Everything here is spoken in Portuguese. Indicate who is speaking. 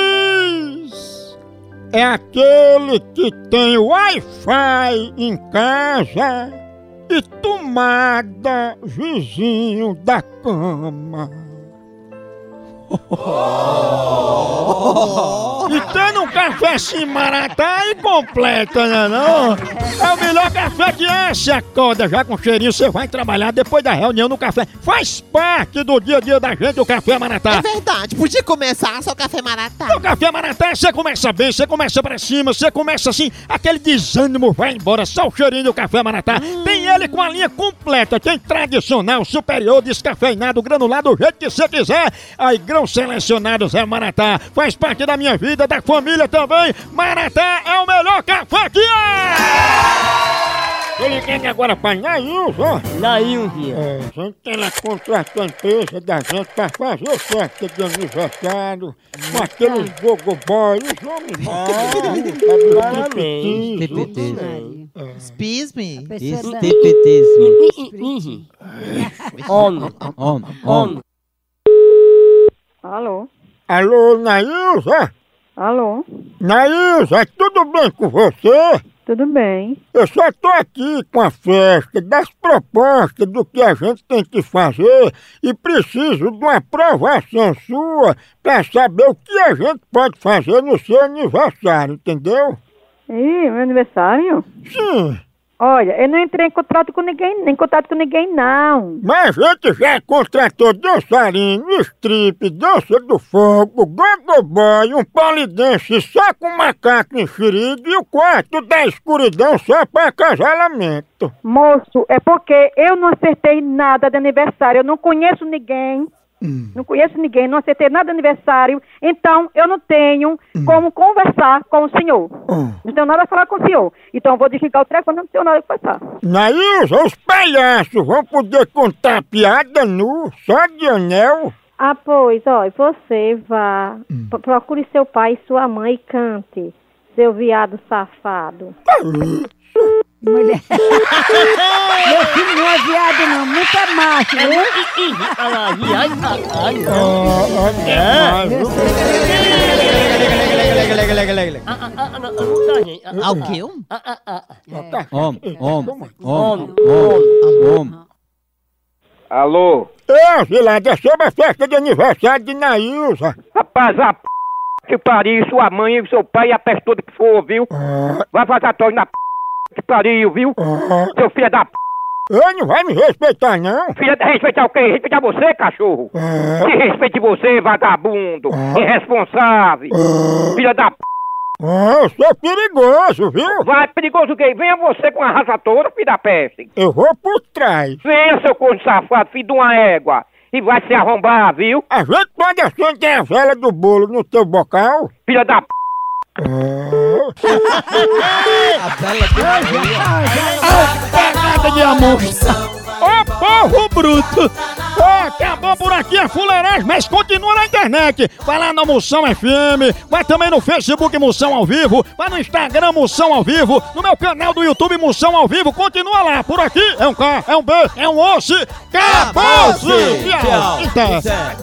Speaker 1: Feliz é aquele que tem Wi-Fi em casa e tomada vizinho da cama. E tendo um café assim maratá e completa, né não? É o melhor café que é, se acorda já com cheirinho, você vai trabalhar depois da reunião no café. Faz parte do dia a dia da gente o café
Speaker 2: É
Speaker 1: maratá.
Speaker 2: verdade, podia começar só café maratá.
Speaker 1: O café maratá, você começa bem, você começa pra cima, você começa assim, aquele desânimo vai embora, só o cheirinho do café maratá. Tem ele com a linha completa, tem tradicional, superior, descafeinado, granulado, do jeito que você quiser. Aí, grãos selecionados é maratá, faz parte da minha vida, da família também. Maratá é o melhor café que é! Tô ligando agora pra Nailson.
Speaker 3: Nailzinho.
Speaker 1: É, a gente ela contratou a empresa da gente pra fazer o festa de aniversário com aqueles gogoboy, os homens
Speaker 3: parabéns.
Speaker 2: Excuse me.
Speaker 4: Estepetismo.
Speaker 3: Homem,
Speaker 4: Homem, homem.
Speaker 3: homem.
Speaker 5: Alô?
Speaker 1: Alô, Nailza?
Speaker 5: Alô?
Speaker 1: Nailza, tudo bem com você?
Speaker 5: Tudo bem?
Speaker 1: Eu só tô aqui com a festa das propostas do que a gente tem que fazer e preciso de uma aprovação sua pra saber o que a gente pode fazer no seu aniversário, entendeu?
Speaker 5: Ih, meu aniversário?
Speaker 1: Sim.
Speaker 5: Olha, eu não entrei em contrato com ninguém, em contato com ninguém, não.
Speaker 1: Mas é a gente já contratou dançarino, strip, dança do fogo, gogoboy, um polidense só com macaco enxerido e o quarto da escuridão só pra acasalamento.
Speaker 5: Moço, é porque eu não acertei nada de aniversário. Eu não conheço ninguém. Não conheço ninguém, não acertei nada de aniversário. Então, eu não tenho como conversar com o senhor. Não tenho nada a falar com o senhor. Então, eu vou desligar o telefone, não tenho nada a conversar.
Speaker 1: Nailza, os palhaços vão poder contar piada nu, só de anel.
Speaker 5: Ah, pois, ó, e você vá, pro- procure seu pai e sua mãe e cante, seu viado safado.
Speaker 6: Mulher. Meu filho não é viado, não. Muito é macho, viu?
Speaker 3: Olha aí, ai, caralho.
Speaker 1: É?
Speaker 3: Ah, ah, ah, não, não dá, gente. Ah,
Speaker 2: Ao quê? um?
Speaker 3: ah, ah, ah, ah.
Speaker 4: Homem, homem, homem,
Speaker 3: Homem,
Speaker 4: homem, homem.
Speaker 7: Alô?
Speaker 1: Eu, Gilado, é sobre a festa de aniversário de Nailza.
Speaker 7: Rapaz, a p... que pariu, sua mãe e seu pai e a peste toda que for, viu? Vai fazer a tosse na p... que pariu, viu? Seu filho da p...
Speaker 1: Eu não vai me respeitar, não.
Speaker 7: Filha de respeitar o quê? Respeitar você, cachorro?
Speaker 1: Ah.
Speaker 7: Que respeite você, vagabundo! Irresponsável! Filha da p...
Speaker 1: Ah, eu sou perigoso, viu?
Speaker 7: Vai, perigoso gay, venha você com a raça toda, filho da peste!
Speaker 1: Eu vou por trás.
Speaker 7: Venha, seu corno safado, filho de uma égua! E vai se arrombar, viu?
Speaker 1: A gente pode acender a vela do bolo no teu bocal?
Speaker 7: Filha da p...
Speaker 1: Pegada Tá de amor! Ô povo bruto! Ô, acabou por aqui a fuleiragem, mas continua na internet! Vai lá no Moção FM, vai também no Facebook Moção ao Vivo, vai no Instagram Moção ao Vivo, no meu canal do YouTube Moção ao Vivo, continua lá, por aqui é um K, é um B, é um osso, acabou-se! Tchau! Então.
Speaker 4: Zé.